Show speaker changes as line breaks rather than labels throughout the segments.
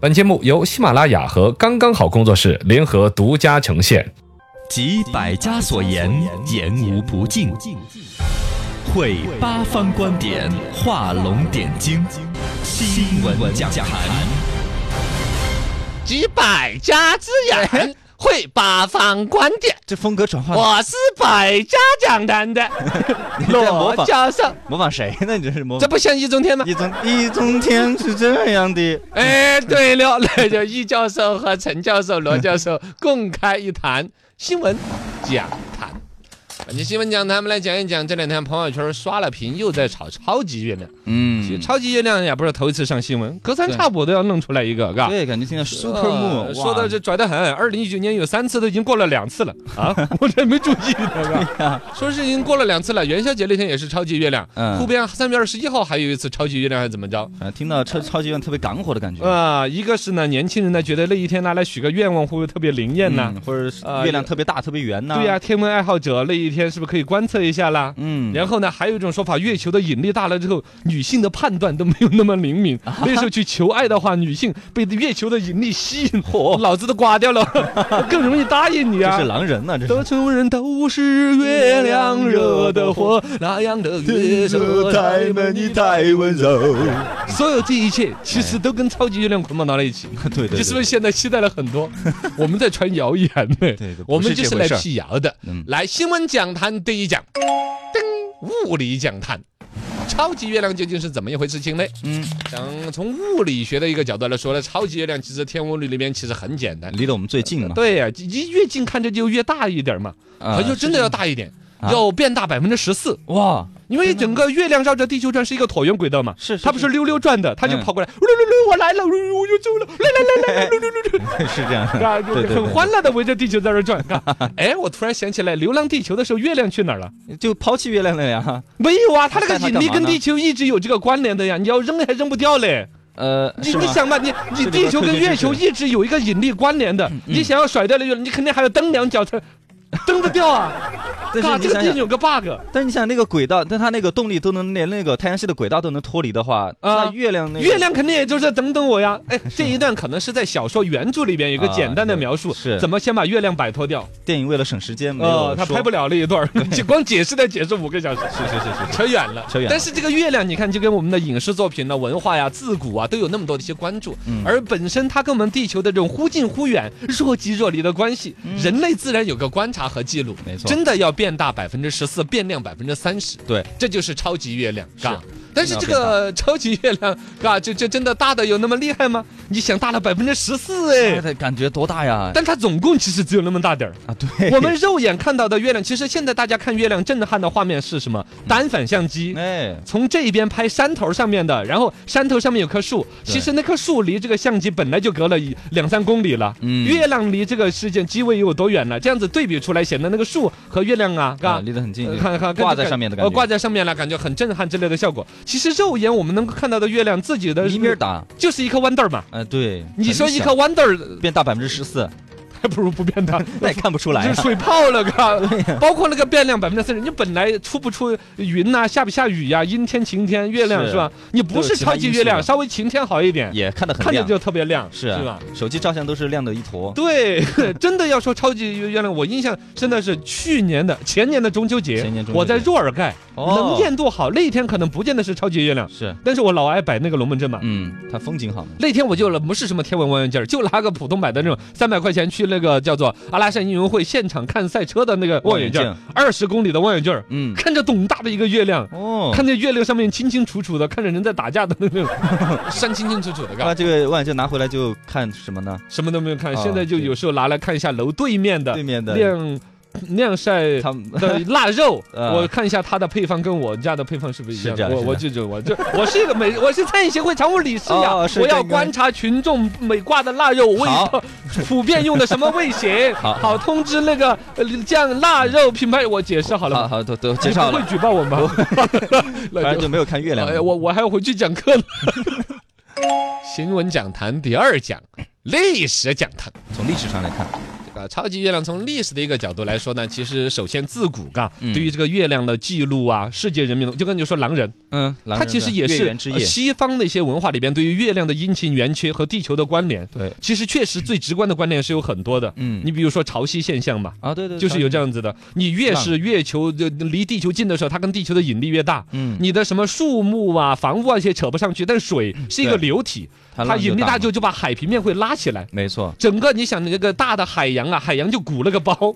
本节目由喜马拉雅和刚刚好工作室联合独家呈现。
集百家所言，言无不尽；汇八方观点，画龙点睛。新闻讲坛，
集百家之言，汇八方观点。
这风格转换，
我是百家讲坛的
你在模
罗
仿
教授，
模仿谁呢？你这是模
这
仿
不像易中天吗
易？中易中天是这样的，
哎，对了，那就易教授和陈教授、罗教授共开一坛新闻讲坛。本期新闻讲坛，我们来讲一讲这两天朋友圈刷了屏，又在炒超级月亮。其实
嗯，
超级月亮也不是头一次上新闻，隔三
对
差五都要弄出来一个，嘎。
对，感觉现在 super moon，
呃说
哇
的这拽得很，二零一九年有三次都已经过了两次了啊！我这没注意呢，
哎
是吧说是已经过了两次了。元宵节那天也是超级月亮，
嗯
后边三月二十一号还有一次超级月亮，还是怎么着？
反正哎听到超超级院特别港火的感觉，
啊、一个是呢，年轻人呢觉得那一天拿来许个愿望会不会特别灵验呢？
嗯或者是
啊
月亮特别大、特别圆呐，
对呀、，天文爱好者那一天是不是可以观测一下啦？
嗯，
然后呢，还有一种说法，月球的引力大了之后，女性的判断都没有那么灵 敏。那时候去求爱的话，女性被月球的引力吸引， 脑子都刮掉了，更容易答应你
这
啊
是。狼人呐，这
都
是
城人都是月亮惹的祸，那样的月色太美，你太
温 柔，
所有这一切其实都跟超级月亮捆绑到了一起。
对对对，
你是不是现在期待了很 多？我们在传谣言呢
对，
我
不
们
是
就
这
是
回
来
事儿
辟谣的
嗯。
来，新闻讲坛第一讲，噔，物理讲坛。超级月亮究竟是怎么一回事情呢？
嗯，
想从物理学的一个角度来说呢，超级月亮其实天文里里面其实很简单，
离得我们最近嘛，
对呀、你越近看着就越大一点嘛，
啊
它就真的要大一点，
啊嗯
要变大百分之十四。
哇，
因为整个月亮绕着地球转是一个椭圆轨道嘛，
是是
它不是溜溜转的，它就
嗯
跑过来，溜溜溜，我来了，溜我就走了，来来来 来来，溜溜溜溜，
是这样，
啊，就
对对对
很欢乐的围着地球在这儿转。嘎 哎，我突然想起来，《流浪地球》的时候，月亮去哪儿了？
就抛弃月亮了呀，
没有啊，它那个
那它
引
干
力
嘛
跟
呢
地球一直有这个关联的呀，你要扔还扔不掉嘞。
呃，
你
是
你
吗
想吧，你你
是
地球跟月球
是
一直有一个引力关联的，你想要甩掉了月亮，你肯定还要蹬两脚才蹬得掉啊！
但
嘎，
是你
这个
想
地
想
球。有个 bug。
但是你想那个轨道，但它那个动力都能连那个太阳系的轨道都能脱离的话，
啊
那月亮那个
月亮肯定也就是等等我呀。哎，这一段可能是在小说原著里边有一个
啊
简单的
是
描述，
是
怎么先把月亮摆脱掉。
电影为了省时间没
哦
有，
他
说
拍不了那一段儿， 就光解释得解释五个小时，
是是是是是，
扯远了。
扯远了
但是这个月亮，你看，就跟我们的影视作品呢、文化呀、自古啊，都有那么多的一些关注。
嗯
而本身它跟我们地球的这种忽近忽远、若即若离的关系，人类自然有个观察和记录。
嗯没错
真的要变大百分之十四，变亮百分之三十。
对，
这就是超级月亮，
是
嘎。但是这个超级月亮，嘎，这这真的大的有那么厉害吗？你想大了百分之十四，
哎，
哎，
它感觉多大呀？
但它总共其实只有那么大点儿。
啊，对，
我们肉眼看到的月亮，其实现在大家看月亮震撼的画面是什么？
嗯
单反相机。
哎，
从这边拍山头上面的，然后山头上面有棵树，
对
其实那棵树离这个相机本来就隔了一两三公里了。
嗯
月亮离这个事件机位又有多远了？这样子对比出来，显得那个树和月亮啊，
啊，
嘎，
离得很近
呃，看看
挂在上面的感
呃，挂
觉，
在上面了，感觉很震撼之类的效果。其实肉眼我们能够看到的月亮，自己的
一米儿大，
就是一颗豌豆儿嘛。
呃，对，
你说
很
一
小
颗豌豆儿，
变大百分之十四，
还不如不变大。
那也看不出来
就是
啊，
水泡了嘎，包括那个变量百分之三十，你本来出不出云呐、下不下雨呀、阴天、晴天、月亮
是
是吧？你不是超级月
都有其他因素
亮，
的
稍微晴天好一点，
也看得很
看着
亮，
就特别亮，
是
吧
啊？，手机照相都是亮的一坨，
对， 真的要说超级月亮，我印象真的是去年的、前年的中秋节
前年，中秋节
我在若尔盖，
哦
能见度好，那一天可能不见得是超级月亮，
是，
但是我老爱摆那个龙门阵嘛。
嗯，它风景好嘛，
那天我就不是什么天文望远镜儿，就拿个普通买的那种三百块钱去那个叫做阿拉善运动会现场看赛车的那个望远镜
望
儿
远，
二十公里的望远镜儿，
嗯，
看着董大的一个月亮，
哦，
看着月亮上面清清楚楚的，看着人在打架的那种，山清清楚楚的，
那
嘎，
这个望远镜拿回来就看什么呢？
什么都没有看。
啊
现在就有时候拿来看一下楼对面的
对面的
晾晾晒
他 们
的腊肉，
啊
我看一下它的配方跟我家的配方是不是一样
是这
的。
样
我
是
我
这
这种我这我是一个美，我是餐饮协会常务理事呀，
哦是
我
这
要
个
观察群众每挂的腊肉味道
好，
普遍用的什么味型，
好
通知那个呃酱腊肉品牌。我解释好了
好
吗？
好都都
你
介
不
绍
会
了，
举报我吗？
反
那
正就嗯没有看月亮
哎，，我我还要回去讲课呢。 新闻讲坛第二讲，历史讲坛。
从历史上来看，
这个啊，超级月亮从历史的一个角度来说呢，其实首先自古嘎，
嗯
对于这个月亮的记录啊，世界人民的就跟你说狼人，
嗯，狼
它
人
其
的
实也
月
是
圆之
呃
夜，
西方的一些文化里边对于月亮的阴晴圆缺和地球的关联，
对，
其实确实最直观的关联是有很多的。
嗯
你比如说潮汐现象嘛，
啊，对对，
就是有这
样，
样子的，你越
浪
是月球就离地球近的时候，它跟地球的引力越大。
嗯，
你的什么树木啊、房屋啊，一些扯不上去，但水是一个
嗯对
流体，它
浪
引
就
力大
嘛
就就把海平面会拉起来。
没错，
整个你想你这个大的海洋啊，海洋就鼓了个 包，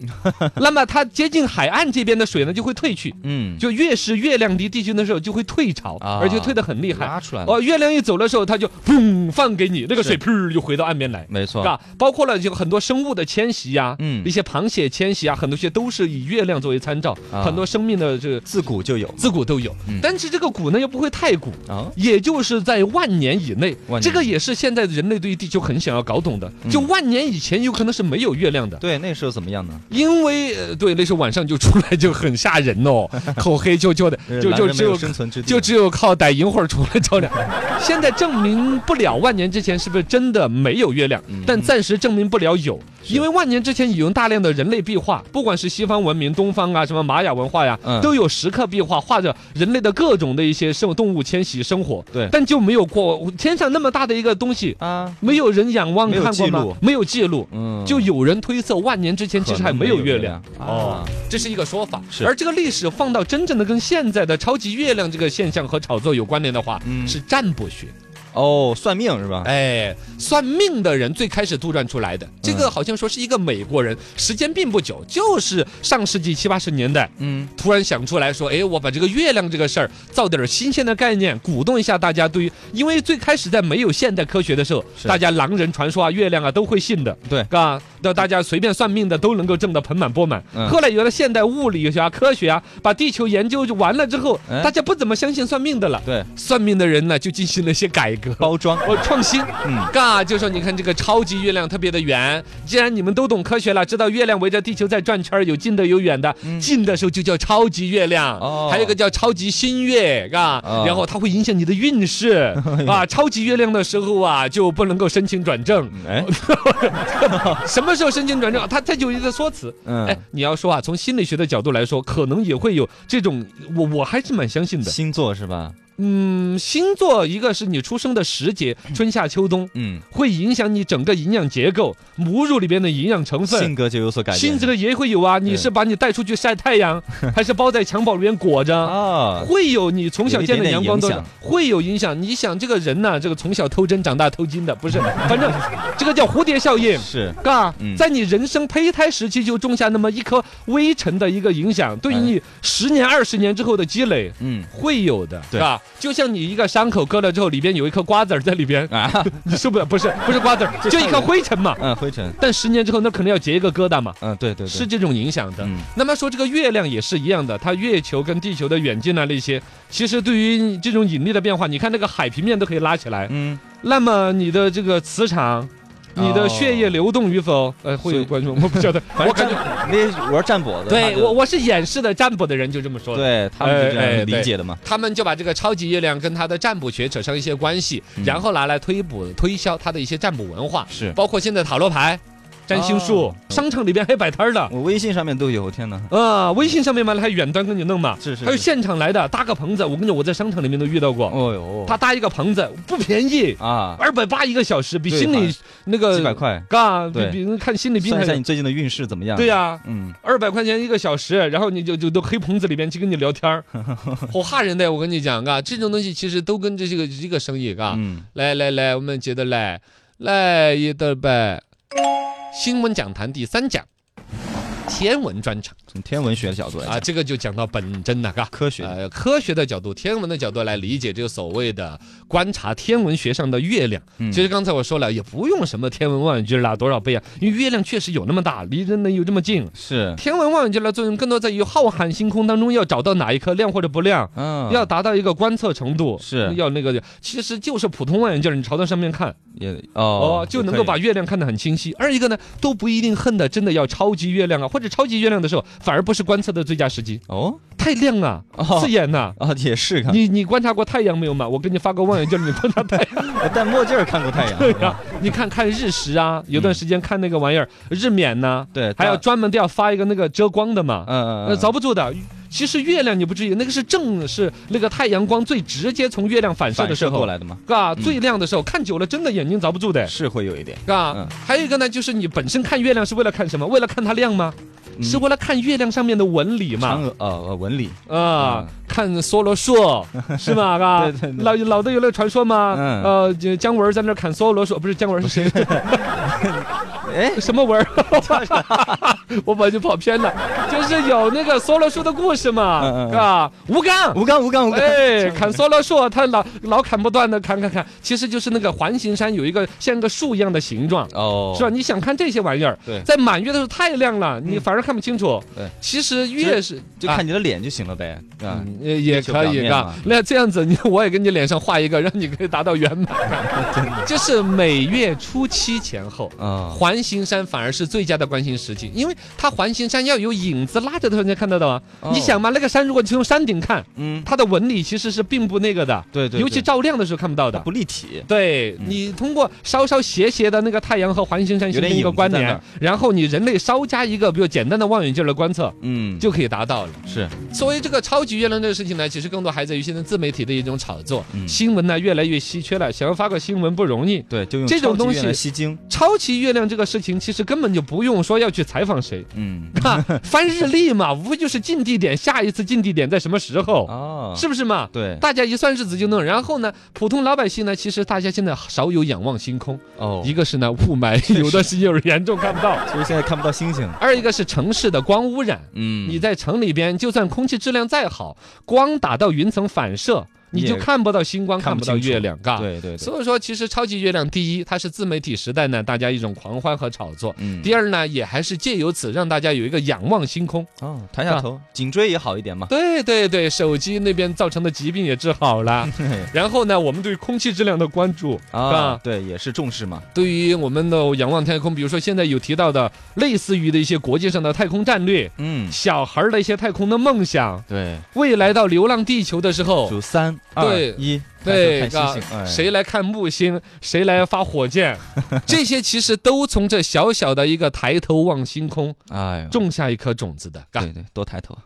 那么它接近海岸这边的水呢就会退去，
嗯，
就越是月亮离地区的时候就会退潮，
啊
而且退得很厉害。
拉出来了，
哦，月亮一走的时候，它就砰放给你，那个水噗就回到岸边来，
没错，
啊，包括了就很多生物的迁徙呀、
嗯
一些螃蟹迁徙啊，很多些都是以月亮作为参照，
啊
很多生命的这个
自古就有
自古都有，
嗯
但是这个古呢又不会太古，
啊，
也就是在万年以内
万年，
这个也是现在人类对于地球很想要搞懂的。
嗯
就万年以前有可能是没有月亮的，
对，那时候怎么样呢？
因为呃对那时候晚上就出来就很吓人 哦，口黑啾啾的，就
狼
就
人
只
没有
有
生存之地，
就只有靠逮萤火虫 来照亮。现在证明不了万年之前是不是真的没有月亮，
嗯
但暂时证明不了有，因为万年之前已用大量的人类壁画，不管是西方文明、东方啊，什么玛雅文化呀
嗯，
都有石刻壁画画着人类的各种的一些生动物迁徙生活。
对
但就没有过天上那么大的一个东西，
啊，
没有人仰望
没有
看过
记
吗
录？
没有记录。
嗯，
就有人推测，万年之前其实还没有月亮。
可能没有月亮啊，
这是一个说法。
是
而这个历史放到真正的跟现在的超级月亮这个现象和炒作有关联的话，
嗯
是占卜学。
哦，算命是吧？
哎，算命的人最开始杜撰出来的，这
嗯
个好像说是一个美国人，时间并不久，就是上世纪七八十年代。
嗯，
突然想出来说，哎，我把这个月亮这个事儿造点儿新鲜的概念，鼓动一下大家对于，因为最开始在没有现代科学的时候，
是
大家狼人传说啊、月亮啊都会信的，
对
啊，那大家随便算命的都能够挣得盆满钵满。
嗯
后来有了现代物理学啊、科学啊，把地球研究完了之后，
哎
大家不怎么相信算命的了，
对，
算命的人呢就进行了一些改革。
包装，
我哦创新，
嗯
嘎，就说你看这个超级月亮特别的圆。既然你们都懂科学了，知道月亮围着地球在转圈儿，有近的有远的，近的时候就叫超级月亮，
嗯哦
还有一个叫超级新月，嘎，
哦
然后它会影响你的 运势啊。超级月亮的时候啊，就不能够申请转正。
哎，
什么时候申请转正？它它就有一个说辞。哎
嗯，，
你要说啊，从心理学的角度来说，可能也会有这种，我我还是蛮相信的。
星座是吧？
嗯，星座一个是你出生的时节，春夏秋冬，
嗯，
会影响你整个营养结构，母乳里边的营养成
性
分。
格就有所改变，
性质的也会有啊，你是把你带出去晒太 阳，还是包在襁褓里面裹着？
啊，
会有你从小见的阳光都
有一点点
会有影响。你想这个人呢、这个从小偷针长大偷金的， 不是，反正这个叫蝴蝶效应。
是，
嘎
嗯，
在你人生胚胎时期就种下那么一颗微尘的一个影响，
哎
对于你十年、二十年之后的积累，
嗯
会有的，
对
是吧？就像你一个伤口割了之后，里边有一颗瓜子儿在里边，
啊，
你是不是不是不是瓜子儿，就一颗灰尘嘛。
嗯，灰尘，
但十年之后，那可能要结一个疙瘩嘛，
嗯，对对对，
是这种影响的。
嗯
那么说这个月亮也是一样的，它月球跟地球的远近啊那些，其实对于这种引力的变化，你看那个海平面都可以拉起来，
嗯，
那么你的这个磁场。你的血液流动与否，呃，会有观众，我不晓得，
哦 反
我
正
感
占
觉，
那玩占卜的，他
对
就
我我是演示的占卜的人就这么说的。
对他们是这
哎哎
样
对
理解的嘛，
他们就把这个超级月亮跟他的占卜学扯上一些关系，
嗯
然后拿来推补推销他的一些占卜文化，
是
包括现在塔罗牌、占星术
哦，
商场里边还摆摊儿的。
我微信上面都有，天哪，
啊，微信上面嘛，还远端跟你弄嘛，
是是
还有
是
现场来的搭个棚子，我跟你讲，我在商场里面都遇到过，
哦哟，
他搭一个棚子不便宜，
啊，
二百八一个小时，比
对
心呃理那个
几百，块，
嘎，比
对
比看心理病
算
还
一下你最近的运势怎么样？
对，呀，
嗯，
二百块钱一个小时，然后你就就都黑棚子里边去跟你 聊天儿，好吓人的。我跟你讲，嘎，这种东西其实都跟这些个一个生意，嘎。
嗯，
来来来，我们接着来，来一段呗。新闻讲坛第三讲，天文专场
从天文学的角度来
啊，
讲，
这个就讲到本真了，嘎。
科学，
呃，科学的角度、天文的角度来理解这个所谓的观察天文学上的月亮。
嗯
其实刚才我说了，也不用什么天文望远镜啦多少倍啊，因为月亮确实有那么大，离人能有这么近。
是，
天文望远镜的作用更多在于浩瀚星空当中要找到哪一颗亮或者不亮，
嗯，
要达到一个观测程度，
是
要那个，其实就是普通望远镜儿，你朝到上面看，
也
哦
哦，，
就能够把月亮看得很清晰。二一个呢，都不一定恨的真的要超级月亮啊，或者超级月亮的时候，反而不是观测的最佳时机。
哦，
它太亮啊，
哦
刺 眼呐、
啊，也是看，
你你观察过太阳没有嘛？我给你发个望远镜，你观察太阳。
我戴哎墨镜儿看过太阳，啊
对呀、你看看日食啊，有段时间看那个玩意儿日冕呐、
对，
还有
嗯呃大，
专门都要发一个那个遮光的嘛，
嗯
那
嗯，
遭不住的。其实月亮你不注意，那个是正是那个太阳光最直接从月亮反射
反
的时
射过
候，
来的嘛，
啊，
嗯
最亮的时候，看久了真的眼睛遭不住的。
是会有一点，
啊，
嗯
还有一个呢，就是你本身看月亮是为了看什么？为了看它亮吗？
嗯
是为了看月亮上面的纹理
嫦
嘛？
娥呃呃纹理，嗯
啊、看梭 罗硕是吧？啊，
对对对
老老的有那个传说嘛，
嗯
呃，就姜文在那儿砍梭罗硕，不是姜文是谁？
哎，
什么文？ 我把就跑偏了，就是有那个梭罗硕的故事嘛，
嗯嗯嗯
啊，吴刚。
吴刚吴刚吴刚，
哎，砍梭罗硕，他老老砍不断的砍砍砍，其实就是那个环形山有一个像个树一样的形状，
哦，
是吧？啊你想看这些玩意儿
对，嗯
在满月的时候太亮了，你反而看不清楚。
对，
其实越是
就
啊
看你的脸就行了呗，啊，
嗯也也
球
可
表
以
面
的
嘛。
那这样子，你 我也给你脸上画一个，让你可以达到圆满。 就是每月初七前后。
啊，
环形山反而是最佳的观星时期，因为它环形山要有影子拉着它，才看得到啊。
哦
你想嘛，那个山如果你从山顶看，
嗯，
它的纹理其实是并不那个的，
对对，
尤其
对
照亮的时候看不到的
不。立体，
对你通过稍稍斜斜的那个太阳和环形山形成一个关
嗯有点
联
影，
然后你人类稍加一个比如简单的望远镜的观测。
嗯，
就可以达到了。
是
所谓这个超级月亮这个事情呢，其实更多还在于现在自媒体的一种炒作，
嗯
新闻呢越来越稀缺了，想要发个新闻不容易。
对，就用
这种
超级
东
月
西
亮吸睛，
超级月亮这个事情，其实根本就不用说要去采 访谁，
嗯，
啊，翻日历嘛，无非就是近地点，下一次近地点在什么时候，
哦，
是不是嘛？
对，
大家一算日子就弄，然后呢，普通老百姓呢，其实大家现在少有仰望星空，
哦，
一个是呢 雾霾，有的是有严重看不到，
所以现在看不到星星，
二一个是城市的光污染，
嗯，
你在城里边，就算空气质量再好，光打到云层反射，你
也
就看不到星光，
看
看
不
不到
清楚
月亮，嘎。
对对对，
啊所以说，其实超级月亮，第一，它是自媒体时代呢，大家一种狂欢和炒作；
嗯，
第二呢，也还是借由此让大家有一个仰望星空。
哦，抬下头，颈椎也好一点嘛。
对对对，手机那边造成的疾病也治好 了。然后呢，我们对空气质量的关注，
啊
啊，
对，也是重视嘛。
对于我们的仰望太空，比如说现在有提到的类似于的一些国际上的太空战略，
嗯，
小孩儿的一些太空的梦想，
对，
未来到流浪地球的时 候，
数三二
对
一，
对，
抬头看星
嘎
星，哎
谁来看木星，谁来发火箭，这些其实都从这小小的一个抬头望星空
哎呦，
种下一颗种子的，嘎。
对对，多抬头。